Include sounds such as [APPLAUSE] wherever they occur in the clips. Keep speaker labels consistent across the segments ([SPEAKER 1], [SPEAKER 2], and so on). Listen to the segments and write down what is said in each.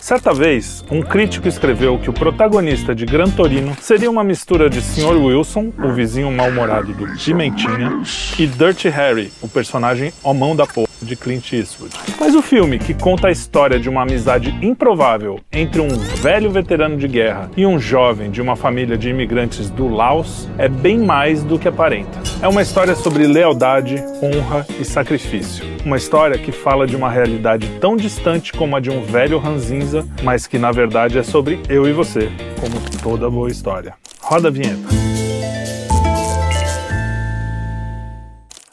[SPEAKER 1] Certa vez, um crítico escreveu que o protagonista de Gran Torino seria uma mistura de Sr. Wilson, o vizinho mal-humorado do Pimentinha, e Dirty Harry, o personagem homão da porra de Clint Eastwood. Mas o filme, que conta a história de uma amizade improvável entre um velho veterano de guerra e um jovem de uma família de imigrantes do Laos, é bem mais do que aparenta. É uma história sobre lealdade, honra e sacrifício. Uma história que fala de uma realidade tão distante como a de um velho ranzinza, mas que na verdade é sobre eu e você, como toda boa história. Roda a vinheta.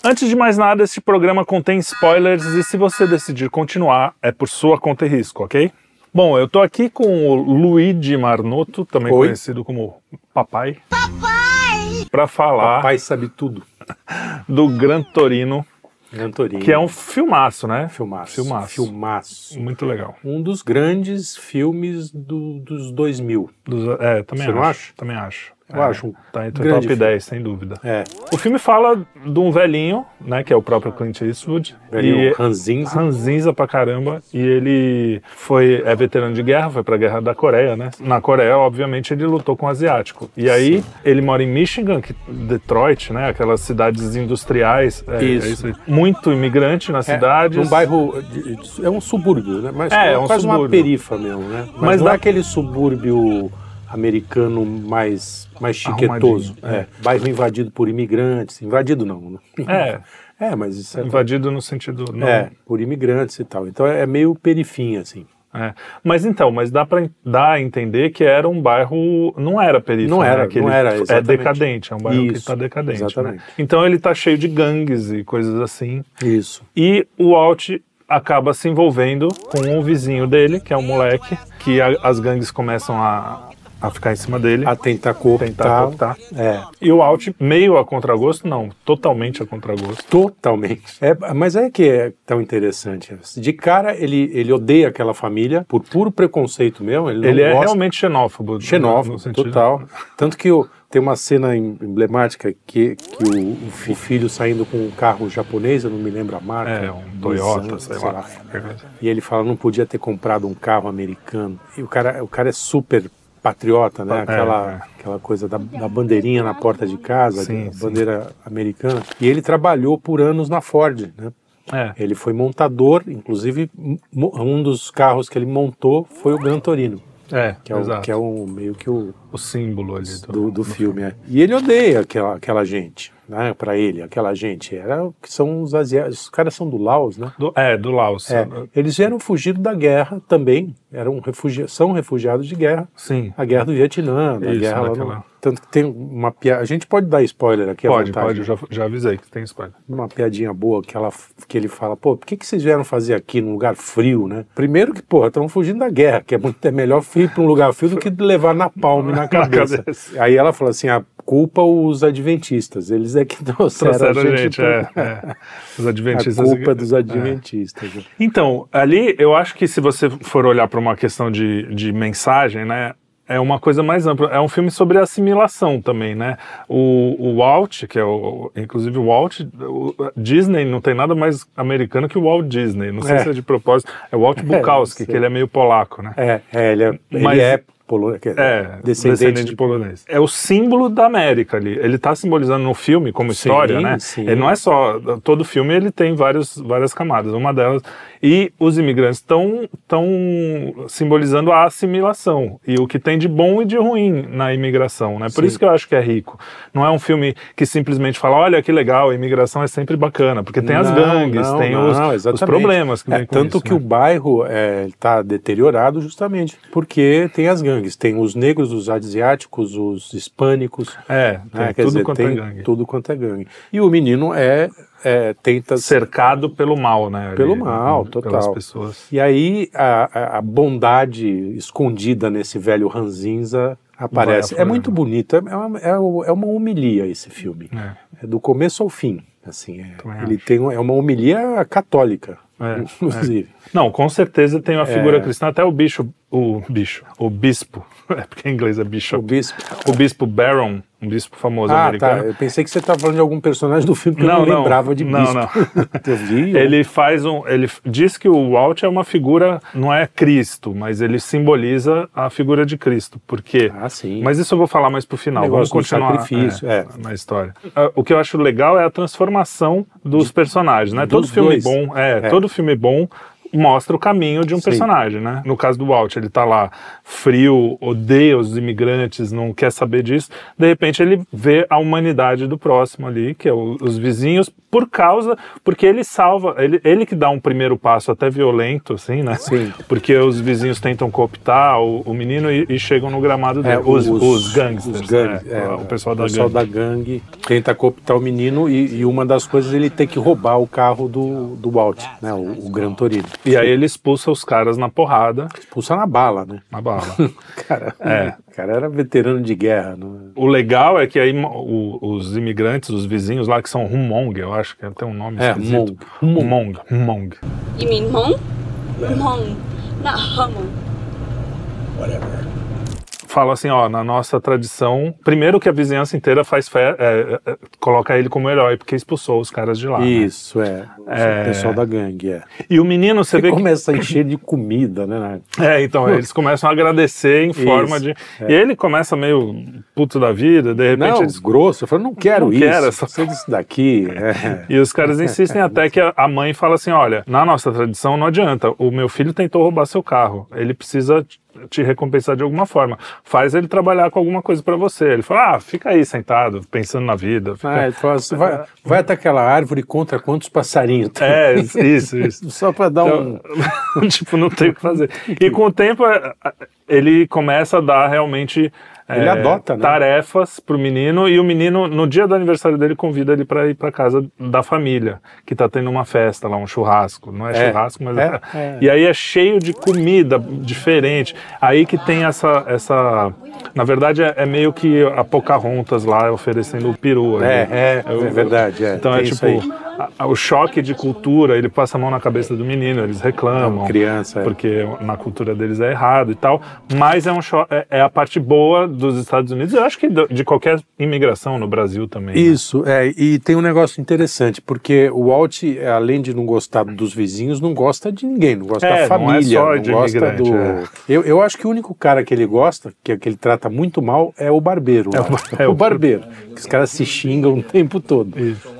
[SPEAKER 1] Antes de mais nada, este programa contém spoilers e se você decidir continuar, é por sua conta e risco, ok? Bom, eu tô aqui com o Luigi Marnoto, também
[SPEAKER 2] Oi.
[SPEAKER 1] conhecido como Papai. Papai! Pra falar
[SPEAKER 2] Papai sabe tudo.
[SPEAKER 1] do Gran Torino,
[SPEAKER 2] Gantorini.
[SPEAKER 1] que é um filmaço, né?
[SPEAKER 2] filmaço.
[SPEAKER 1] Filmaço.
[SPEAKER 2] Filmaço.
[SPEAKER 1] Muito legal.
[SPEAKER 2] Um dos grandes filmes do, dos 2000.
[SPEAKER 1] Dos- é, também
[SPEAKER 2] Você
[SPEAKER 1] acho.
[SPEAKER 2] não acha?
[SPEAKER 1] Também acho.
[SPEAKER 2] Eu
[SPEAKER 1] É,
[SPEAKER 2] acho um
[SPEAKER 1] Tá entre o
[SPEAKER 2] grande
[SPEAKER 1] top
[SPEAKER 2] filme.
[SPEAKER 1] 10, sem dúvida.
[SPEAKER 2] É.
[SPEAKER 1] O filme fala de um velhinho, né? Que é o próprio Clint Eastwood.
[SPEAKER 2] Velhinho
[SPEAKER 1] e-
[SPEAKER 2] Ranzinza.
[SPEAKER 1] ranzinza pra caramba. E ele foi é veterano de guerra, foi pra guerra da Coreia, né? Na Coreia, obviamente, ele lutou com o asiático. E aí, ele mora em Michigan, que, Detroit, né? Aquelas cidades industriais. é, é
[SPEAKER 2] Isso.
[SPEAKER 1] Muito imigrante na cidade.
[SPEAKER 2] É, num bairro. de- de- é um subúrbio, né? Mas
[SPEAKER 1] É,
[SPEAKER 2] é,
[SPEAKER 1] é um
[SPEAKER 2] quase uma
[SPEAKER 1] subúrbio.
[SPEAKER 2] perifa mesmo, né? Mas,
[SPEAKER 1] Mas
[SPEAKER 2] não
[SPEAKER 1] dá-
[SPEAKER 2] é aquele subúrbio americano mais, mais chiquetoso.
[SPEAKER 1] Arrumadinho,
[SPEAKER 2] É. Bairro invadido por imigrantes. Invadido não, né?
[SPEAKER 1] É,
[SPEAKER 2] [LAUGHS] É, mas isso é.
[SPEAKER 1] invadido no sentido... Não,
[SPEAKER 2] É, por imigrantes e tal. Então é meio perifinha, assim.
[SPEAKER 1] É. Mas então, mas dá para dar a entender que era um bairro, não era periferia,
[SPEAKER 2] Não era, não era,
[SPEAKER 1] é
[SPEAKER 2] exatamente.
[SPEAKER 1] decadente, é um bairro que
[SPEAKER 2] Isso,
[SPEAKER 1] está decadente. né?
[SPEAKER 2] exatamente.
[SPEAKER 1] Então ele está cheio de gangues e coisas assim.
[SPEAKER 2] Isso.
[SPEAKER 1] E o Alt acaba se envolvendo com o vizinho dele, que é um moleque, que a- as gangues começam a, a ficar em cima dele.
[SPEAKER 2] A tentar cortar.
[SPEAKER 1] Tentar cortar.
[SPEAKER 2] É.
[SPEAKER 1] E o Alt, meio a contragosto, não, totalmente a contragosto.
[SPEAKER 2] Totalmente. É, mas é que é tão interessante. De cara, ele, ele odeia aquela família por puro preconceito mesmo. Ele, não
[SPEAKER 1] Ele é
[SPEAKER 2] gosta,
[SPEAKER 1] realmente xenófobo. no-
[SPEAKER 2] xenófobo,
[SPEAKER 1] no sentido-
[SPEAKER 2] total. Tanto que o- tem uma cena em- emblemática que, que o, o fi- filho saindo com um carro japonês, eu não me lembro a marca.
[SPEAKER 1] É, um
[SPEAKER 2] Nissan,
[SPEAKER 1] Toyota, sei, lá.
[SPEAKER 2] E ele fala, não podia ter comprado um carro americano. E o cara, o cara é super patriota, né? Aquela,
[SPEAKER 1] é.
[SPEAKER 2] aquela coisa da, da bandeirinha na porta de casa,
[SPEAKER 1] Sim,
[SPEAKER 2] a
[SPEAKER 1] sim.
[SPEAKER 2] bandeira americana. E ele trabalhou por anos na Ford, né?
[SPEAKER 1] É.
[SPEAKER 2] Ele foi montador, inclusive mo- um dos carros que ele montou foi o Gran Torino,
[SPEAKER 1] É,
[SPEAKER 2] que é, o,
[SPEAKER 1] exato.
[SPEAKER 2] que é o- meio que o
[SPEAKER 1] o símbolo ali do,
[SPEAKER 2] do, do filme. é. E ele odeia aquela, aquela gente, né? Para ele, aquela gente era o que são os asiáticos. Os caras são do Laos, né?
[SPEAKER 1] do- é do Laos.
[SPEAKER 2] É, eles eram fugidos da guerra também, eram refugia são refugiados de guerra,
[SPEAKER 1] Sim.
[SPEAKER 2] a guerra do Vietnã, a
[SPEAKER 1] Isso,
[SPEAKER 2] guerra lá
[SPEAKER 1] daquela-
[SPEAKER 2] no... Tanto que tem uma piada, a gente pode dar spoiler aqui
[SPEAKER 1] Pode,
[SPEAKER 2] é à vontade.
[SPEAKER 1] pode, eu já, já avisei que tem spoiler.
[SPEAKER 2] Uma piadinha boa que, ela, que ele fala, pô, por que, que vocês vieram fazer aqui num lugar frio, né? Primeiro que, porra, estão fugindo da guerra, que é, muito, é melhor ir para um lugar frio do que levar na palma
[SPEAKER 1] [LAUGHS]
[SPEAKER 2] e na cabeça.
[SPEAKER 1] cabeça.
[SPEAKER 2] Aí ela falou assim, a culpa os adventistas, eles é que [LAUGHS] trouxeram,
[SPEAKER 1] Trouxeram
[SPEAKER 2] [LAUGHS] a
[SPEAKER 1] a
[SPEAKER 2] gente,
[SPEAKER 1] gente,
[SPEAKER 2] pra-
[SPEAKER 1] é, é. Os adventistas.
[SPEAKER 2] [LAUGHS] A culpa dos
[SPEAKER 1] É.
[SPEAKER 2] adventistas. né?
[SPEAKER 1] Então, ali eu acho que se você for olhar para uma questão de, de mensagem, né? É uma coisa mais ampla. É um filme sobre assimilação também, né? O, o Walt, que é o. Inclusive o Walt. o- a Disney não tem nada mais americano que o Walt Disney. Não sei
[SPEAKER 2] É.
[SPEAKER 1] se é de propósito. É o
[SPEAKER 2] [LAUGHS]
[SPEAKER 1] Walt Bukowski,
[SPEAKER 2] sei.
[SPEAKER 1] que ele é meio polaco, né?
[SPEAKER 2] É, é, ele é, ele
[SPEAKER 1] Mas-
[SPEAKER 2] é, polo, quer dizer,
[SPEAKER 1] É,
[SPEAKER 2] descendente, de
[SPEAKER 1] polonês. É o símbolo da América ali. Ele está simbolizando no filme como
[SPEAKER 2] Sim,
[SPEAKER 1] história, né?
[SPEAKER 2] sim.
[SPEAKER 1] Ele não é só todo filme, ele tem vários, várias camadas. Uma delas e os imigrantes estão tão simbolizando a assimilação e o que tem de bom e de ruim na imigração, né? Por
[SPEAKER 2] Sim.
[SPEAKER 1] isso que eu acho que é rico. Não é um filme que simplesmente fala, olha que legal, a imigração é sempre bacana, porque tem as
[SPEAKER 2] Não,
[SPEAKER 1] gangues,
[SPEAKER 2] não,
[SPEAKER 1] tem
[SPEAKER 2] não,
[SPEAKER 1] os- os,
[SPEAKER 2] exatamente.
[SPEAKER 1] problemas que
[SPEAKER 2] É,
[SPEAKER 1] vem com
[SPEAKER 2] Tanto
[SPEAKER 1] isso,
[SPEAKER 2] que
[SPEAKER 1] né?
[SPEAKER 2] o bairro está deteriorado justamente porque tem as gangues. Tem os negros, os asiáticos, os hispânicos.
[SPEAKER 1] é, tem
[SPEAKER 2] né, quer
[SPEAKER 1] tudo
[SPEAKER 2] dizer,
[SPEAKER 1] quanto
[SPEAKER 2] tem
[SPEAKER 1] é gangue.
[SPEAKER 2] tudo quanto é gangue. E o menino é, é, tenta
[SPEAKER 1] cercado pelo mal, né? ali,
[SPEAKER 2] Pelo mal,
[SPEAKER 1] né,
[SPEAKER 2] total.
[SPEAKER 1] Pelas pessoas.
[SPEAKER 2] E aí a, a- a bondade escondida nesse velho ranzinza aparece.
[SPEAKER 1] Vai
[SPEAKER 2] É
[SPEAKER 1] aflorando.
[SPEAKER 2] muito bonito, é uma, é o- é uma homilia esse filme.
[SPEAKER 1] É.
[SPEAKER 2] É do começo ao fim. Assim, é,
[SPEAKER 1] Também
[SPEAKER 2] ele tem um- é uma homilia católica,
[SPEAKER 1] É,
[SPEAKER 2] inclusive.
[SPEAKER 1] Não, com certeza tem uma figura
[SPEAKER 2] É.
[SPEAKER 1] cristã, até o bicho, [LAUGHS] o bicho, o bispo, [LAUGHS] é porque em inglês é
[SPEAKER 2] O
[SPEAKER 1] bishop,
[SPEAKER 2] bispo.
[SPEAKER 1] o bispo Baron Um bispo famoso
[SPEAKER 2] ah,
[SPEAKER 1] americano.
[SPEAKER 2] tá. Eu pensei que você estava falando de algum personagem do filme que eu
[SPEAKER 1] Não,
[SPEAKER 2] não
[SPEAKER 1] não.
[SPEAKER 2] lembrava de
[SPEAKER 1] Não,
[SPEAKER 2] bispo. [LAUGHS]
[SPEAKER 1] não.
[SPEAKER 2] Entendi.
[SPEAKER 1] Ele faz um. Ele f- diz que o Walt é uma figura, não é Cristo, mas ele simboliza a figura de Cristo. Por quê?
[SPEAKER 2] Ah, sim.
[SPEAKER 1] Mas isso eu vou falar mais pro final. Vamos
[SPEAKER 2] Negócio do
[SPEAKER 1] continuar
[SPEAKER 2] sacrifício, é.
[SPEAKER 1] na história. Ah, O que eu acho legal é a transformação dos personagens, né? Todo
[SPEAKER 2] dos
[SPEAKER 1] filme
[SPEAKER 2] dois.
[SPEAKER 1] bom, é,
[SPEAKER 2] É.
[SPEAKER 1] todo filme bom mostra o caminho de um personagem, né? No caso do Walt, ele tá lá frio, odeia os imigrantes, não quer saber disso. De repente ele vê a humanidade do próximo ali, que é o- os vizinhos, por causa porque ele salva, ele, ele que dá um primeiro passo até violento assim, né?
[SPEAKER 2] Sim.
[SPEAKER 1] Porque os vizinhos tentam cooptar o, o menino e, e chegam no gramado dele.
[SPEAKER 2] É,
[SPEAKER 1] os, os gangsters.
[SPEAKER 2] os gangues,
[SPEAKER 1] é,
[SPEAKER 2] é,
[SPEAKER 1] o pessoal da gangue.
[SPEAKER 2] gangue tenta cooptar o menino e, e uma das coisas é ele ter que roubar o carro do, do Walt, né? O, o Gran Torino.
[SPEAKER 1] E aí ele expulsa os caras na porrada,
[SPEAKER 2] Expulsar na bala, né?
[SPEAKER 1] na [LAUGHS] bala.
[SPEAKER 2] Cara,
[SPEAKER 1] É.
[SPEAKER 2] o cara era veterano de guerra, né?
[SPEAKER 1] o legal é que aí mo- o- os imigrantes, os vizinhos lá, que são Hmong, eu acho que tem um nome
[SPEAKER 2] É,
[SPEAKER 1] esquisito.
[SPEAKER 2] Hmong.
[SPEAKER 1] Hmong. Hmong.
[SPEAKER 3] You mean Hmong? Hmong, not Hmong.
[SPEAKER 1] Fala assim, ó, na nossa tradição, primeiro que a vizinhança inteira faz fé, é, é, é, coloca ele como herói, porque expulsou os caras de lá. né?
[SPEAKER 2] Isso, é.
[SPEAKER 1] É.
[SPEAKER 2] O pessoal da gangue, é.
[SPEAKER 1] E o menino, você vê que
[SPEAKER 2] Começa a encher de comida, né? né?
[SPEAKER 1] [LAUGHS] É,
[SPEAKER 2] [LAUGHS]
[SPEAKER 1] então, eles começam a agradecer em forma
[SPEAKER 2] Isso, é.
[SPEAKER 1] de. E ele começa meio puto da vida, de [LAUGHS] repente.
[SPEAKER 2] Não,
[SPEAKER 1] eles-
[SPEAKER 2] grosso. Eu falei, não quero
[SPEAKER 1] Não
[SPEAKER 2] isso.
[SPEAKER 1] quero essa-
[SPEAKER 2] essa...
[SPEAKER 1] [LAUGHS]
[SPEAKER 2] disso daqui. É.
[SPEAKER 1] E os caras insistem até que a- a mãe fala assim: olha, na nossa tradição não adianta, o meu filho tentou roubar seu carro, ele precisa te- te recompensar de alguma forma. Faz ele trabalhar com alguma coisa pra você. Ele fala: ah, fica aí sentado, pensando na vida. fica-
[SPEAKER 2] Ah, ele falou assim, vai, vai até aquela árvore e conta quantos passarinhos. tem.
[SPEAKER 1] É, isso, isso.
[SPEAKER 2] Só pra dar um.
[SPEAKER 1] Então, [LAUGHS] tipo, não tem o que
[SPEAKER 2] [LAUGHS]
[SPEAKER 1] fazer. E com o tempo, é, ele começa a dar realmente. é,
[SPEAKER 2] Ele adota, né?
[SPEAKER 1] Tarefas pro menino e o menino, no dia do aniversário dele, convida ele para ir para casa da família, que tá tendo uma festa lá, um churrasco. Não é,
[SPEAKER 2] É.
[SPEAKER 1] churrasco, mas.
[SPEAKER 2] É, é.
[SPEAKER 1] E aí é cheio de comida diferente. Aí que tem essa. essa... Na verdade, é, é meio que a Pocahontas lá oferecendo o peru. ali.
[SPEAKER 2] É, é, é verdade, é.
[SPEAKER 1] Então é,
[SPEAKER 2] Tem isso
[SPEAKER 1] tipo,
[SPEAKER 2] aí.
[SPEAKER 1] a- a- o choque de cultura, ele passa a mão na cabeça do menino, eles reclamam.
[SPEAKER 2] É, criança, é.
[SPEAKER 1] Porque na cultura deles é errado e tal. Mas é, um cho- é, é a parte boa dos Estados Unidos. Eu acho que do- de qualquer imigração no Brasil também. né?
[SPEAKER 2] Isso, é, e tem um negócio interessante, porque o Walt, além de não gostar dos vizinhos, não gosta de ninguém, não gosta
[SPEAKER 1] É,
[SPEAKER 2] da
[SPEAKER 1] não é
[SPEAKER 2] família,
[SPEAKER 1] só
[SPEAKER 2] não,
[SPEAKER 1] de
[SPEAKER 2] gosta
[SPEAKER 1] imigrante,
[SPEAKER 2] do.
[SPEAKER 1] é.
[SPEAKER 2] Eu, eu acho que o único cara que ele gosta, que, que ele trata muito mal, é o barbeiro. lá.
[SPEAKER 1] é o-
[SPEAKER 2] [LAUGHS] o barbeiro. Que os caras se xingam o tempo todo.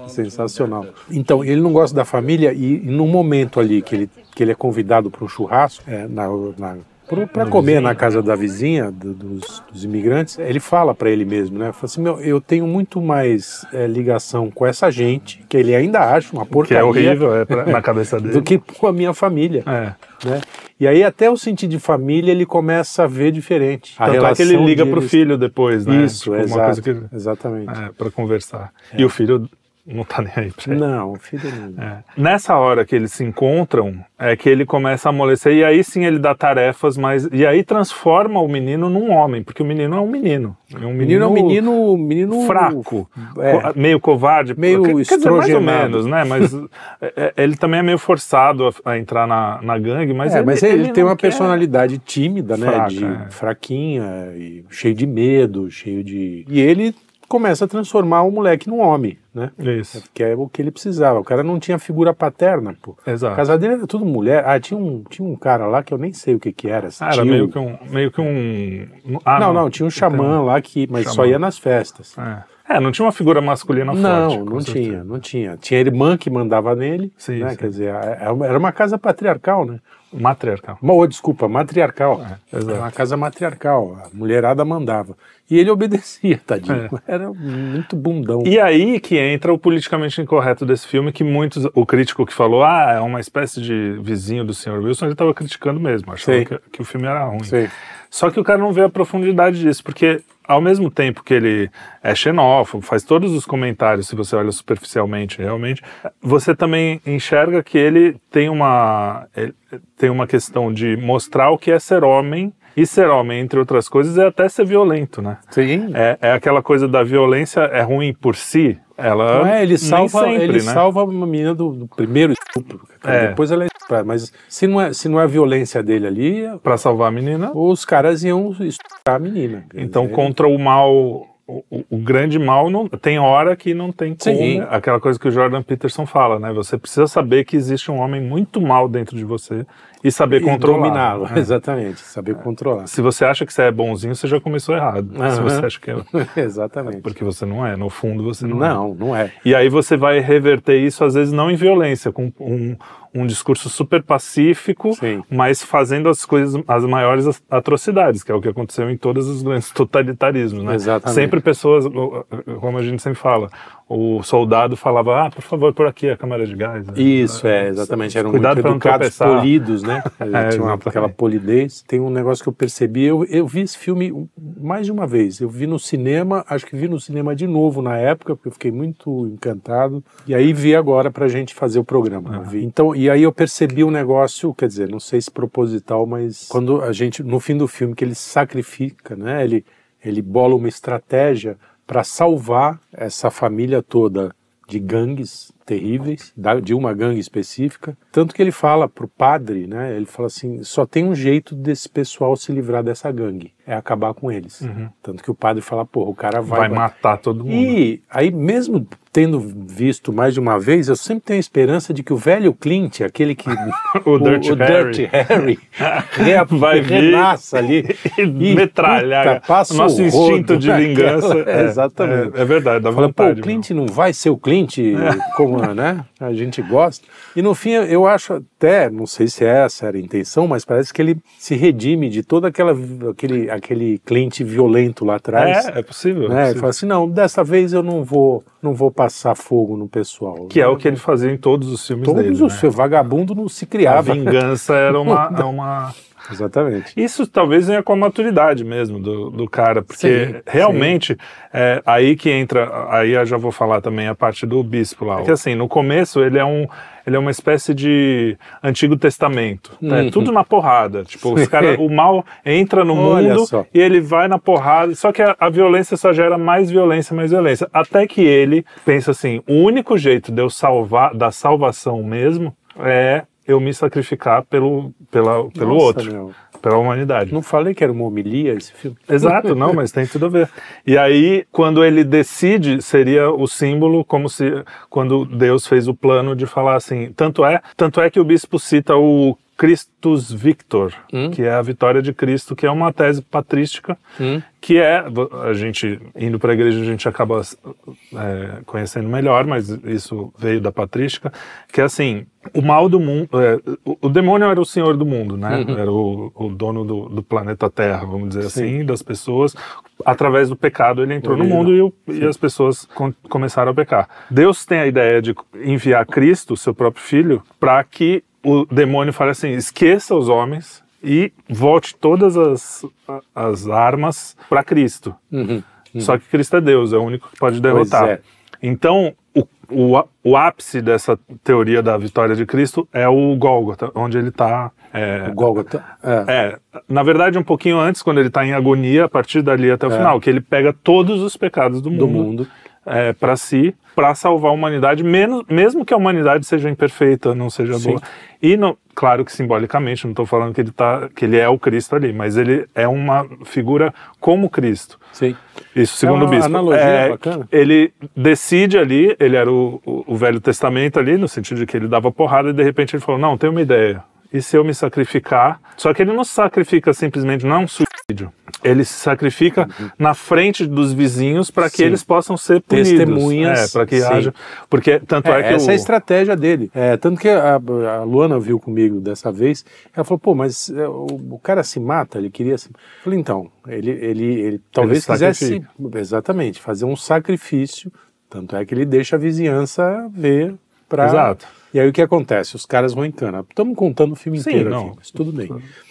[SPEAKER 2] Sensacional. Então, ele não gosta da família e, e no momento ali que ele, que ele é convidado para um churrasco, é, na- na- pro- pra comer na casa da vizinha do- dos, dos imigrantes, ele fala para ele mesmo, né? Fala assim, meu, eu tenho muito mais é, ligação com essa gente, que ele ainda acha uma
[SPEAKER 1] Que é
[SPEAKER 2] porcaria,
[SPEAKER 1] horrível é,
[SPEAKER 2] [LAUGHS]
[SPEAKER 1] pra- na cabeça dele.
[SPEAKER 2] do que com a minha família,
[SPEAKER 1] É.
[SPEAKER 2] né? E aí até o sentido de família ele começa a ver diferente.
[SPEAKER 1] Tanto
[SPEAKER 2] A
[SPEAKER 1] é que ele
[SPEAKER 2] relação
[SPEAKER 1] liga pro
[SPEAKER 2] deles-
[SPEAKER 1] filho depois, né?
[SPEAKER 2] Isso,
[SPEAKER 1] Tipo, uma
[SPEAKER 2] exato,
[SPEAKER 1] coisa que-
[SPEAKER 2] exatamente.
[SPEAKER 1] é, pra conversar. E o filho não tá nem aí pra ele.
[SPEAKER 2] Não, filho não.
[SPEAKER 1] É. Nessa hora que eles se encontram, é que ele começa a amolecer, e aí sim ele dá tarefas, mas. E aí transforma o menino num homem, porque o menino é um menino. É um
[SPEAKER 2] Menino é um menino, menino
[SPEAKER 1] fraco,
[SPEAKER 2] É.
[SPEAKER 1] co- meio covarde,
[SPEAKER 2] Meio
[SPEAKER 1] quer, quer dizer, mais ou
[SPEAKER 2] estrogenado.
[SPEAKER 1] menos, né?
[SPEAKER 2] [LAUGHS]
[SPEAKER 1] Mas é, é, ele também é meio forçado a, a entrar na, na gangue, mas
[SPEAKER 2] é,
[SPEAKER 1] ele,
[SPEAKER 2] mas ele, tem
[SPEAKER 1] não
[SPEAKER 2] uma
[SPEAKER 1] quer.
[SPEAKER 2] personalidade tímida, né?
[SPEAKER 1] Fraca,
[SPEAKER 2] de,
[SPEAKER 1] é.
[SPEAKER 2] Fraquinha, e cheio de medo, cheio de. E ele começa a transformar o moleque num homem, né?
[SPEAKER 1] Isso.
[SPEAKER 2] Que é o que ele precisava. O cara não tinha figura paterna, pô.
[SPEAKER 1] Exato.
[SPEAKER 2] A casa dele era tudo mulher. Ah, tinha um, tinha um cara lá que eu nem sei o que que era. se
[SPEAKER 1] Ah, era
[SPEAKER 2] tinha
[SPEAKER 1] meio
[SPEAKER 2] um-
[SPEAKER 1] que um. Meio que um ah,
[SPEAKER 2] Não, não, tinha um xamã Ah, lá que. Mas
[SPEAKER 1] Xamã.
[SPEAKER 2] só ia nas festas.
[SPEAKER 1] É. É, não tinha uma figura masculina
[SPEAKER 2] Não,
[SPEAKER 1] forte. com
[SPEAKER 2] não
[SPEAKER 1] certeza.
[SPEAKER 2] tinha, não tinha. Tinha a irmã que mandava nele,
[SPEAKER 1] Sim,
[SPEAKER 2] né?
[SPEAKER 1] sim.
[SPEAKER 2] Quer dizer, é uma- era uma casa patriarcal, né?
[SPEAKER 1] Matriarcal.
[SPEAKER 2] Uma, ou, desculpa, matriarcal.
[SPEAKER 1] É, exato.
[SPEAKER 2] Era uma casa matriarcal. A mulherada mandava. E ele obedecia, [LAUGHS] tadinho.
[SPEAKER 1] É.
[SPEAKER 2] Era muito bundão.
[SPEAKER 1] E aí que entra o politicamente incorreto desse filme, que muitos. O crítico que falou, ah, é uma espécie de vizinho do Sr. Wilson, ele estava criticando mesmo, achava
[SPEAKER 2] Sim.
[SPEAKER 1] que, que o filme era ruim.
[SPEAKER 2] Sim.
[SPEAKER 1] Só que o cara não vê a profundidade disso, porque ao mesmo tempo que ele é xenófobo, faz todos os comentários, se você olha superficialmente, realmente, você também enxerga que ele tem uma, ele tem uma questão de mostrar o que é ser homem. E ser homem, entre outras coisas, é até ser violento, né?
[SPEAKER 2] Sim.
[SPEAKER 1] É, é aquela coisa da violência é ruim por si. Ela
[SPEAKER 2] Não é, ele
[SPEAKER 1] nem
[SPEAKER 2] salva,
[SPEAKER 1] sempre,
[SPEAKER 2] ele
[SPEAKER 1] né?
[SPEAKER 2] salva uma menina do, do primeiro estupro. cara.
[SPEAKER 1] É.
[SPEAKER 2] Depois ela é estuprada. Mas se não é, se não é a violência dele ali,
[SPEAKER 1] Pra salvar a menina.
[SPEAKER 2] os caras iam estuprar a menina. Quer
[SPEAKER 1] Então,
[SPEAKER 2] dizer,
[SPEAKER 1] contra o mal o, o- o grande mal não tem hora que não tem como. né?
[SPEAKER 2] Sim.
[SPEAKER 1] Aquela coisa que o Jordan Peterson fala, né? Você precisa saber que existe um homem muito mal dentro de você e saber controlar. né?
[SPEAKER 2] dominá-lo, [LAUGHS] exatamente, saber controlar. [LAUGHS]
[SPEAKER 1] Se você acha que você é bonzinho, você já começou errado. Se
[SPEAKER 2] Aham.
[SPEAKER 1] você acha que é,
[SPEAKER 2] exatamente.
[SPEAKER 1] porque você não é, no fundo você não, é.
[SPEAKER 2] Não, não é.
[SPEAKER 1] E aí você vai reverter isso, às vezes, não em violência, com um, um discurso super pacífico,
[SPEAKER 2] Sim.
[SPEAKER 1] mas fazendo as coisas, as maiores as- atrocidades, que é o que aconteceu em todos os grandes totalitarismos, né?
[SPEAKER 2] Exatamente.
[SPEAKER 1] Sempre pessoas, o- como a gente sempre fala, o soldado falava, ah, por favor, por aqui a câmara de gás. né?
[SPEAKER 2] Isso, é, exatamente. Eram
[SPEAKER 1] Cuidado
[SPEAKER 2] muito
[SPEAKER 1] pra não
[SPEAKER 2] educados,
[SPEAKER 1] tropeçar.
[SPEAKER 2] polidos,
[SPEAKER 1] [LAUGHS]
[SPEAKER 2] né?
[SPEAKER 1] É,
[SPEAKER 2] Tinha uma-
[SPEAKER 1] exatamente.
[SPEAKER 2] aquela polidez. Tem um negócio que eu percebi, eu, eu vi esse filme um, mais de uma vez. Eu vi no cinema, acho que vi no cinema de novo na época, porque eu fiquei muito encantado. E aí vi agora pra gente fazer o programa.
[SPEAKER 1] Ah,
[SPEAKER 2] Eu vi. Então, e aí eu percebi um negócio, quer dizer, não sei se proposital, mas quando a gente, no fim do filme, que ele sacrifica, né? Ele, ele bola uma estratégia para salvar essa família toda de gangues terríveis, da- de uma gangue específica. Tanto que ele fala pro padre, né? Ele fala assim: só tem um jeito desse pessoal se livrar dessa gangue, é acabar com eles. Tanto que o padre fala: porra, o cara vai.
[SPEAKER 1] Uhum. Vai matar todo mundo.
[SPEAKER 2] E aí, mesmo tendo visto mais de uma vez, eu sempre tenho a esperança de que o velho Clint, aquele
[SPEAKER 1] [LAUGHS]
[SPEAKER 2] que.
[SPEAKER 1] O Dirty Harry.
[SPEAKER 2] Dirty Harry, rea-
[SPEAKER 1] [LAUGHS] Vai vir
[SPEAKER 2] renasça ali.
[SPEAKER 1] [LAUGHS] E metralhar.
[SPEAKER 2] puta, passa
[SPEAKER 1] Nosso
[SPEAKER 2] o rodo
[SPEAKER 1] instinto de
[SPEAKER 2] naquela-
[SPEAKER 1] vingança.
[SPEAKER 2] [LAUGHS]
[SPEAKER 1] é,
[SPEAKER 2] Exatamente.
[SPEAKER 1] É, é verdade, dá
[SPEAKER 2] Fala, pô,
[SPEAKER 1] vontade. É.
[SPEAKER 2] o Clint não vai ser
[SPEAKER 1] [LAUGHS]
[SPEAKER 2] o Clint como né? a gente gosta. E no fim, eu acho até, não sei se é essa era a intenção, mas parece que ele se redime de todo aquela, aquele, aquele Clint violento lá atrás.
[SPEAKER 1] É, é possível. é
[SPEAKER 2] né? Ele
[SPEAKER 1] possível.
[SPEAKER 2] fala assim, não, dessa vez eu não vou, não vou passar fogo no pessoal.
[SPEAKER 1] Que é o que ele fazia em todos os filmes
[SPEAKER 2] Todos
[SPEAKER 1] dele.
[SPEAKER 2] os
[SPEAKER 1] né?
[SPEAKER 2] seus vagabundo não se
[SPEAKER 1] A
[SPEAKER 2] criava.
[SPEAKER 1] vingança era uma, é uma.
[SPEAKER 2] [LAUGHS] Exatamente.
[SPEAKER 1] Isso talvez venha com a maturidade mesmo do, do cara, porque
[SPEAKER 2] Sim,
[SPEAKER 1] realmente é aí que entra. Aí eu já vou falar também a parte do bispo lá. Porque assim, no começo ele é um. Ele é uma espécie de Antigo Testamento. né?
[SPEAKER 2] Uhum.
[SPEAKER 1] Tudo na porrada. Tipo, os cara, o mal entra no
[SPEAKER 2] [LAUGHS] Olha
[SPEAKER 1] mundo
[SPEAKER 2] só.
[SPEAKER 1] e ele vai na porrada. Só que a, a violência só gera mais violência, mais violência. Até que ele pensa assim: o único jeito de eu salvar, da salvação mesmo, é eu me sacrificar pelo, pela, pelo
[SPEAKER 2] Nossa,
[SPEAKER 1] outro,
[SPEAKER 2] meu.
[SPEAKER 1] pela humanidade.
[SPEAKER 2] Não falei que era uma homilia esse filme?
[SPEAKER 1] [LAUGHS] Exato, não, mas tem tudo a ver. E aí, quando ele decide, seria o símbolo como se quando Deus fez o plano de falar assim. Tanto é, tanto é que o bispo cita o Christus Victor, que é a vitória de Cristo, que é uma tese patrística, que é a gente indo para a igreja a gente acaba é, conhecendo melhor, mas isso veio da patrística, que é assim o mal do mundo, é, o, o demônio era o senhor do mundo, né? Era o, o dono do, do planeta Terra, vamos dizer assim, das pessoas. Através do pecado ele entrou no
[SPEAKER 2] Original.
[SPEAKER 1] mundo e, o- e as pessoas com- começaram a pecar. Deus tem a ideia de enviar Cristo, seu próprio filho, para que o demônio fale assim: esqueça os homens e volte todas as, as armas para Cristo. Só que Cristo é Deus, é o único que pode derrotar.
[SPEAKER 2] é.
[SPEAKER 1] Então, o, o, á- o ápice dessa teoria da vitória de Cristo é o Gólgota, onde ele tá, é, está.
[SPEAKER 2] O Gólgota. É.
[SPEAKER 1] É, na verdade, um pouquinho antes, quando ele está em agonia, a partir dali até o final, que ele pega todos os pecados do mundo,
[SPEAKER 2] É. mundo.
[SPEAKER 1] para si, para salvar a humanidade, menos, mesmo que a humanidade seja imperfeita, não seja
[SPEAKER 2] Sim.
[SPEAKER 1] boa. E, não- claro que simbolicamente, não estou falando que ele, tá, que ele é o Cristo ali, mas ele é uma figura como Cristo.
[SPEAKER 2] Sim.
[SPEAKER 1] Isso, segundo
[SPEAKER 2] É uma
[SPEAKER 1] o bispo. É,
[SPEAKER 2] analogia bacana.
[SPEAKER 1] Ele decide ali, ele era o, o- o Velho Testamento ali, no sentido de que ele dava porrada e de repente ele falou: Não, tem uma ideia. E se eu me sacrificar? Só que ele não se sacrifica simplesmente, não é um suicídio. Ele se sacrifica na frente dos vizinhos para que
[SPEAKER 2] Uhum. Sim.
[SPEAKER 1] eles possam ser punidos.
[SPEAKER 2] Testemunhas,
[SPEAKER 1] É, para que
[SPEAKER 2] sim.
[SPEAKER 1] haja. Porque tanto é,
[SPEAKER 2] É,
[SPEAKER 1] que.
[SPEAKER 2] essa
[SPEAKER 1] o-
[SPEAKER 2] é a estratégia dele. É, tanto que a, a Luana viu comigo dessa vez, ela falou, pô, mas é, o, o cara se mata, ele queria se... Eu falei, então, ele, ele, ele talvez
[SPEAKER 1] Ele
[SPEAKER 2] quisesse, exatamente, fazer um sacrifício, tanto é que ele deixa a vizinhança ver pra...
[SPEAKER 1] Exato.
[SPEAKER 2] E aí o que acontece? Os caras vão em cana. Estamos contando o filme
[SPEAKER 1] Sim,
[SPEAKER 2] inteiro
[SPEAKER 1] não.
[SPEAKER 2] aqui, mas tudo bem.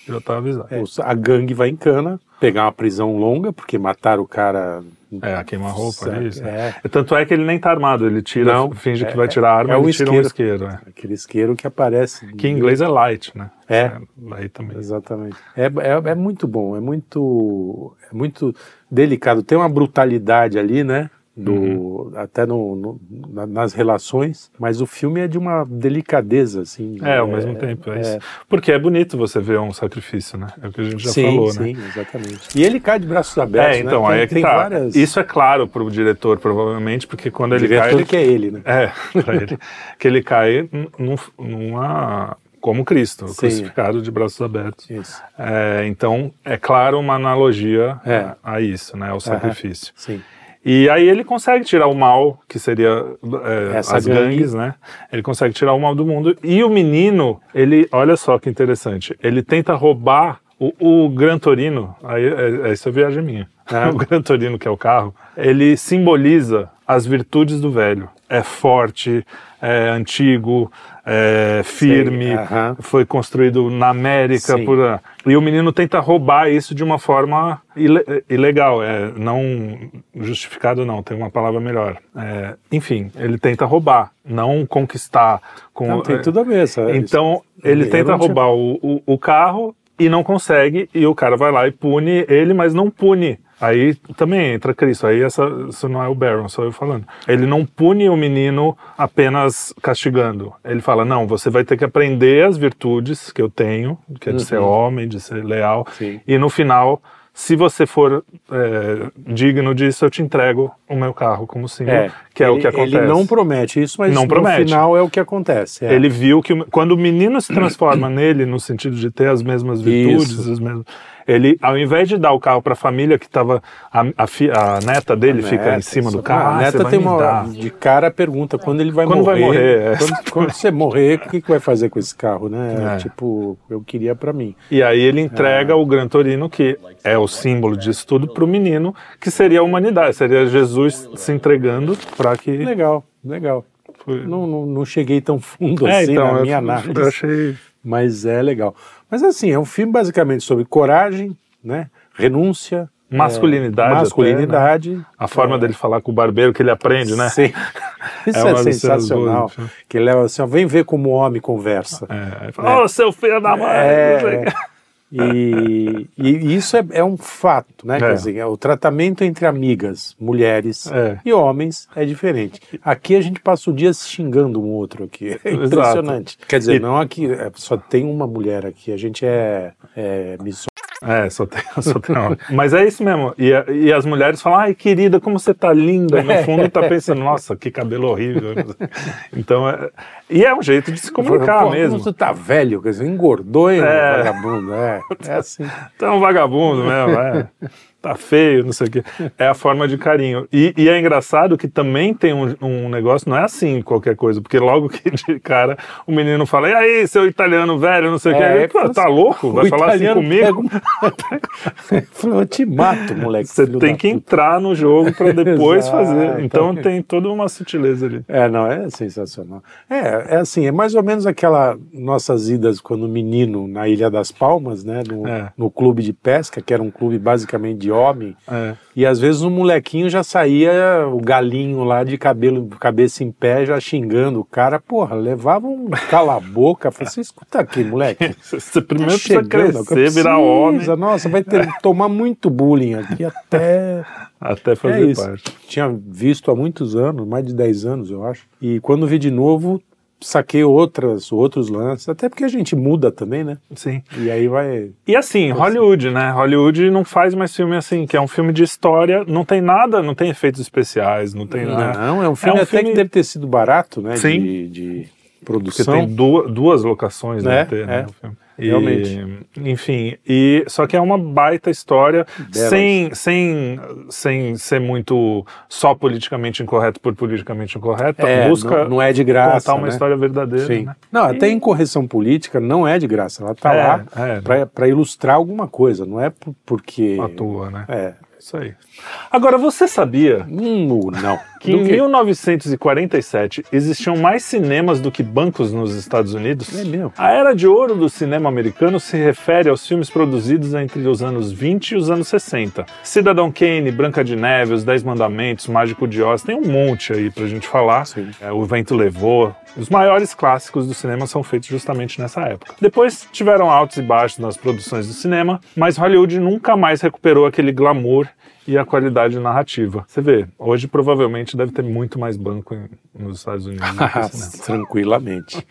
[SPEAKER 1] Eu estava avisado. É,
[SPEAKER 2] Os- A gangue vai em cana, pegar uma prisão longa, porque mataram o cara...
[SPEAKER 1] É, a queima-roupa,
[SPEAKER 2] Saca,
[SPEAKER 1] isso.
[SPEAKER 2] é.
[SPEAKER 1] Tanto é que ele nem tá armado, ele tira,
[SPEAKER 2] Não,
[SPEAKER 1] finge
[SPEAKER 2] é-
[SPEAKER 1] que vai tirar a arma
[SPEAKER 2] é
[SPEAKER 1] e
[SPEAKER 2] um
[SPEAKER 1] tira um
[SPEAKER 2] isqueiro.
[SPEAKER 1] isqueiro. é.
[SPEAKER 2] Aquele isqueiro que aparece...
[SPEAKER 1] Que em inglês é light, né?
[SPEAKER 2] É.
[SPEAKER 1] Aí também.
[SPEAKER 2] Exatamente. É, é, é muito bom, é muito, é muito delicado. Tem uma brutalidade ali, né? do,
[SPEAKER 1] Uhum.
[SPEAKER 2] até no, no- na- nas relações, mas o filme é de uma delicadeza, assim.
[SPEAKER 1] É, ao mesmo tempo, é, isso. Porque é bonito você ver um sacrifício, né? É o que a gente já
[SPEAKER 2] sim,
[SPEAKER 1] falou, né?
[SPEAKER 2] sim, exatamente. E ele cai de braços abertos,
[SPEAKER 1] É, então,
[SPEAKER 2] né?
[SPEAKER 1] aí é que
[SPEAKER 2] tem
[SPEAKER 1] tá.
[SPEAKER 2] várias...
[SPEAKER 1] Isso é claro pro diretor, provavelmente, porque quando
[SPEAKER 2] o
[SPEAKER 1] ele
[SPEAKER 2] diretor
[SPEAKER 1] cai. Ele...
[SPEAKER 2] que é ele, né?
[SPEAKER 1] É, [LAUGHS] pra ele. que ele cai num, numa. Como Cristo, crucificado de braços abertos.
[SPEAKER 2] Isso,
[SPEAKER 1] É, então, é claro uma analogia
[SPEAKER 2] É.
[SPEAKER 1] a- a, isso, né? Ao sacrifício.
[SPEAKER 2] sim.
[SPEAKER 1] E aí ele consegue tirar o mal, que seria é,
[SPEAKER 2] Essa
[SPEAKER 1] as
[SPEAKER 2] gangue.
[SPEAKER 1] gangues, né? Ele consegue tirar o mal do mundo. E o menino, ele, olha só que interessante, ele tenta roubar o, o Gran Torino, aí, é, é, isso é viagem minha.
[SPEAKER 2] [LAUGHS]
[SPEAKER 1] O Gran Torino, que é o carro, ele simboliza as virtudes do velho. É forte, é antigo, é firme,
[SPEAKER 2] aham.
[SPEAKER 1] foi construído na América.
[SPEAKER 2] Sim.
[SPEAKER 1] Por, e o menino tenta roubar isso de uma forma ile- ilegal, é, não justificado não, tem uma palavra melhor. É, enfim, ele tenta roubar, não conquistar. Com,
[SPEAKER 2] Não, tem
[SPEAKER 1] é,
[SPEAKER 2] tudo a ver, essa-
[SPEAKER 1] Então,
[SPEAKER 2] isso.
[SPEAKER 1] ele
[SPEAKER 2] Eu
[SPEAKER 1] tenta
[SPEAKER 2] não tinha-
[SPEAKER 1] roubar o, o- o carro e não consegue, e o cara vai lá e pune ele, mas não pune. Aí também entra Cristo, aí essa, isso não é o Baron, sou eu falando. Ele não pune o menino apenas castigando. Ele fala: não, você vai ter que aprender as virtudes que eu tenho, que é de ser homem, de ser leal.
[SPEAKER 2] Uhum. Sim.
[SPEAKER 1] E no final, se você for é, digno disso, eu te entrego o meu carro como símbolo, que é o
[SPEAKER 2] ele-
[SPEAKER 1] que acontece.
[SPEAKER 2] Ele não promete isso, mas
[SPEAKER 1] Não
[SPEAKER 2] no
[SPEAKER 1] promete.
[SPEAKER 2] final é o que acontece. é.
[SPEAKER 1] Ele viu que o- quando o menino se
[SPEAKER 2] [CLEARS THROAT]
[SPEAKER 1] transforma nele, no sentido de ter as mesmas virtudes,
[SPEAKER 2] Isso.
[SPEAKER 1] os mesmos, ele, ao invés de dar o carro para a família que estava a, a fi- a neta dele fica
[SPEAKER 2] Neta,
[SPEAKER 1] em cima do
[SPEAKER 2] isso.
[SPEAKER 1] carro,
[SPEAKER 2] Ah,
[SPEAKER 1] ah,
[SPEAKER 2] A
[SPEAKER 1] você
[SPEAKER 2] neta
[SPEAKER 1] vai
[SPEAKER 2] tem
[SPEAKER 1] me
[SPEAKER 2] uma
[SPEAKER 1] dar.
[SPEAKER 2] de cara pergunta quando ele vai
[SPEAKER 1] Quando vai
[SPEAKER 2] morrer.
[SPEAKER 1] morrer, é.
[SPEAKER 2] Quando, quando você morrer, o que, que vai fazer com esse carro, né?
[SPEAKER 1] É.
[SPEAKER 2] Tipo, eu queria pra mim.
[SPEAKER 1] E aí ele
[SPEAKER 2] É.
[SPEAKER 1] entrega o Gran Torino, que é o símbolo disso tudo, para o menino, que seria a humanidade, seria Jesus se entregando para que.
[SPEAKER 2] Legal, legal. Não, não, não cheguei tão fundo
[SPEAKER 1] É,
[SPEAKER 2] assim
[SPEAKER 1] então,
[SPEAKER 2] na
[SPEAKER 1] eu-
[SPEAKER 2] minha análise,
[SPEAKER 1] eu achei
[SPEAKER 2] mas é legal. Mas assim, é um filme basicamente sobre coragem, né? Renúncia,
[SPEAKER 1] Masculinidade
[SPEAKER 2] é,
[SPEAKER 1] até, né?
[SPEAKER 2] masculinidade.
[SPEAKER 1] a forma dele falar com o barbeiro que ele aprende, né? [LAUGHS]
[SPEAKER 2] Sim. Isso
[SPEAKER 1] uma
[SPEAKER 2] é,
[SPEAKER 1] das cenas
[SPEAKER 2] sensacional.
[SPEAKER 1] boas do filme.
[SPEAKER 2] Que leva assim, ó, vem ver como o homem conversa.
[SPEAKER 1] É, ele fala, Ô, seu filho da mãe! não sei o quê.
[SPEAKER 2] É, e, e isso é, é um fato, né?
[SPEAKER 1] É.
[SPEAKER 2] Quer dizer, é o tratamento entre amigas, mulheres
[SPEAKER 1] É.
[SPEAKER 2] e homens é diferente. Aqui a gente passa o dia se xingando um outro aqui. É
[SPEAKER 1] Exato.
[SPEAKER 2] impressionante. Quer dizer,
[SPEAKER 1] E-
[SPEAKER 2] não aqui, é, só tem uma mulher aqui. A gente é, é miso-
[SPEAKER 1] É, só tem, [LAUGHS] só tem uma. Mas é isso mesmo. E, a- e as mulheres falam, ai, querida, como você tá linda. E
[SPEAKER 2] [LAUGHS]
[SPEAKER 1] no fundo tá pensando, nossa, que cabelo horrível. Então, é, e é um jeito de se comunicar
[SPEAKER 2] Pô,
[SPEAKER 1] mesmo.
[SPEAKER 2] como Tu tá velho, quer dizer, engordou, hein,
[SPEAKER 1] É.
[SPEAKER 2] vagabundo? É, é assim. [LAUGHS]
[SPEAKER 1] Tu é um vagabundo mesmo, é. Tá feio, não sei o quê. É a forma de carinho. E, e é engraçado que também tem um, um negócio, não é assim qualquer coisa, porque logo que de cara o menino fala, e aí, seu italiano velho, não sei o quê.
[SPEAKER 2] É,
[SPEAKER 1] Aí, Pô, tá louco? Vai
[SPEAKER 2] O
[SPEAKER 1] falar assim
[SPEAKER 2] italiano
[SPEAKER 1] comigo?
[SPEAKER 2] pega um- Falou, eu te mato, moleque.
[SPEAKER 1] Você
[SPEAKER 2] filho
[SPEAKER 1] tem
[SPEAKER 2] da
[SPEAKER 1] que entrar no jogo
[SPEAKER 2] [LAUGHS]
[SPEAKER 1] para depois
[SPEAKER 2] Exato.
[SPEAKER 1] fazer. Então tem toda uma sutileza ali.
[SPEAKER 2] É, não, é sensacional. É, é assim, é mais ou menos aquela nossas idas quando menino na Ilha das Palmas, né? No,
[SPEAKER 1] É.
[SPEAKER 2] no clube de pesca, que era um clube basicamente de homem.
[SPEAKER 1] É.
[SPEAKER 2] E às vezes um molequinho já saía, o galinho lá de cabelo, cabeça em pé, já xingando o cara. Porra, levava um cala-boca. Falei, você escuta aqui,
[SPEAKER 1] [LAUGHS]
[SPEAKER 2] moleque.
[SPEAKER 1] Você
[SPEAKER 2] tá
[SPEAKER 1] primeiro precisa
[SPEAKER 2] chegando, agora
[SPEAKER 1] crescer, virar homem,
[SPEAKER 2] precisa, Nossa, vai ter, tomar muito bullying aqui até
[SPEAKER 1] até
[SPEAKER 2] é
[SPEAKER 1] fazer
[SPEAKER 2] isso.
[SPEAKER 1] parte.
[SPEAKER 2] Tinha visto há muitos anos, mais de 10 anos, eu acho. E quando vi de novo, saquei outras, outros lances. Até porque a gente muda também, né?
[SPEAKER 1] Sim.
[SPEAKER 2] E aí vai.
[SPEAKER 1] E assim, Hollywood, né? Hollywood não faz mais filme assim, que é um filme de história, não tem nada, não tem efeitos especiais, não tem nada.
[SPEAKER 2] Não, é um filme até
[SPEAKER 1] Ah, filme-
[SPEAKER 2] que deve ter sido barato, né?
[SPEAKER 1] Sim.
[SPEAKER 2] De, de
[SPEAKER 1] Porque
[SPEAKER 2] produção.
[SPEAKER 1] tem duas, duas locações
[SPEAKER 2] É,
[SPEAKER 1] né, ter, né,
[SPEAKER 2] é.
[SPEAKER 1] o filme.
[SPEAKER 2] Realmente.
[SPEAKER 1] Enfim, e, só que é uma baita história,
[SPEAKER 2] Belas.
[SPEAKER 1] sem, sem, sem ser muito só politicamente incorreto por politicamente incorreto.
[SPEAKER 2] É,
[SPEAKER 1] busca
[SPEAKER 2] não, não é de graça.
[SPEAKER 1] contar uma
[SPEAKER 2] né?
[SPEAKER 1] história verdadeira.
[SPEAKER 2] Sim.
[SPEAKER 1] né?
[SPEAKER 2] Não, até em correção política não é de graça. Ela está
[SPEAKER 1] É, é.
[SPEAKER 2] lá para ilustrar alguma coisa, não é por- porque.
[SPEAKER 1] À toa, né?
[SPEAKER 2] É.
[SPEAKER 1] Isso aí. Agora, você sabia
[SPEAKER 2] Hum,
[SPEAKER 1] [LAUGHS]
[SPEAKER 2] ou não.
[SPEAKER 1] que
[SPEAKER 2] Do
[SPEAKER 1] em
[SPEAKER 2] quê?
[SPEAKER 1] 1947 existiam mais cinemas do que bancos nos Estados Unidos?
[SPEAKER 2] É mesmo?
[SPEAKER 1] A era de ouro do cinema americano se refere aos filmes produzidos entre os anos 20 e os anos 60. Cidadão Kane, Branca de Neve, Os Dez Mandamentos, Mágico de Oz, tem um monte aí pra gente falar.
[SPEAKER 2] Sim.
[SPEAKER 1] É, o Vento Levou. Os maiores clássicos do cinema são feitos justamente nessa época. Depois tiveram altos e baixos nas produções do cinema, mas Hollywood nunca mais recuperou aquele glamour humor e a qualidade narrativa. Você vê, hoje provavelmente deve ter muito mais branco em- nos Estados Unidos. do
[SPEAKER 2] [LAUGHS]
[SPEAKER 1] que
[SPEAKER 2] Ah,
[SPEAKER 1] isso, né?
[SPEAKER 2] Tranquilamente.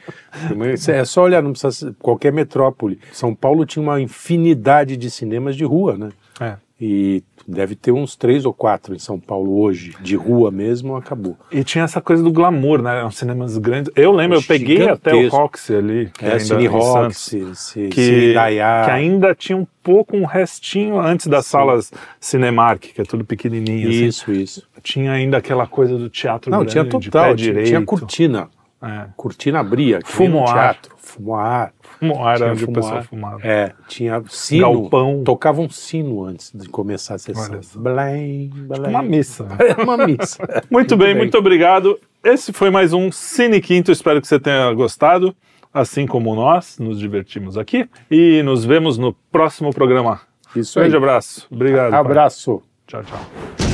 [SPEAKER 2] Isso É só olhar, não precisa ser- qualquer metrópole. São Paulo tinha uma infinidade de cinemas de rua, né?
[SPEAKER 1] É.
[SPEAKER 2] E deve ter uns três ou quatro em São Paulo hoje, de rua mesmo, acabou.
[SPEAKER 1] E tinha essa coisa do glamour, né? Eram cinemas grandes. Eu lembro, eu peguei
[SPEAKER 2] Gigantesco.
[SPEAKER 1] até o Roxy ali, que
[SPEAKER 2] É,
[SPEAKER 1] ainda
[SPEAKER 2] Cine
[SPEAKER 1] em
[SPEAKER 2] Rock,
[SPEAKER 1] Santos,
[SPEAKER 2] Ci- Ci- Cine
[SPEAKER 1] que,
[SPEAKER 2] Dayá.
[SPEAKER 1] que ainda tinha um pouco um restinho antes das salas Cinemark, que é tudo pequenininho. assim.
[SPEAKER 2] Isso, isso.
[SPEAKER 1] Tinha ainda aquela coisa do teatro
[SPEAKER 2] Não,
[SPEAKER 1] um grande,
[SPEAKER 2] tinha
[SPEAKER 1] pé
[SPEAKER 2] total, tinha,
[SPEAKER 1] direito.
[SPEAKER 2] tinha cortina.
[SPEAKER 1] É.
[SPEAKER 2] Cortina abria. que
[SPEAKER 1] Fumoar.
[SPEAKER 2] nem no Teatro. Fumoar.
[SPEAKER 1] Como era
[SPEAKER 2] Tinha
[SPEAKER 1] onde o
[SPEAKER 2] fumoar.
[SPEAKER 1] pessoal fumava.
[SPEAKER 2] É, tinha sino.
[SPEAKER 1] Galpão.
[SPEAKER 2] Tocava um sino antes de começar a
[SPEAKER 1] Olha
[SPEAKER 2] sessão.
[SPEAKER 1] só. Tipo
[SPEAKER 2] Blém, blém.
[SPEAKER 1] Uma missa. né?
[SPEAKER 2] [LAUGHS] É uma missa.
[SPEAKER 1] Muito bem, muito obrigado. Esse foi mais um Cine Quinto. Espero que você tenha gostado, assim como nós nos divertimos aqui. E nos vemos no próximo programa.
[SPEAKER 2] Isso aí.
[SPEAKER 1] Grande abraço. Obrigado. pai.
[SPEAKER 2] Abraço.
[SPEAKER 1] Tchau, tchau.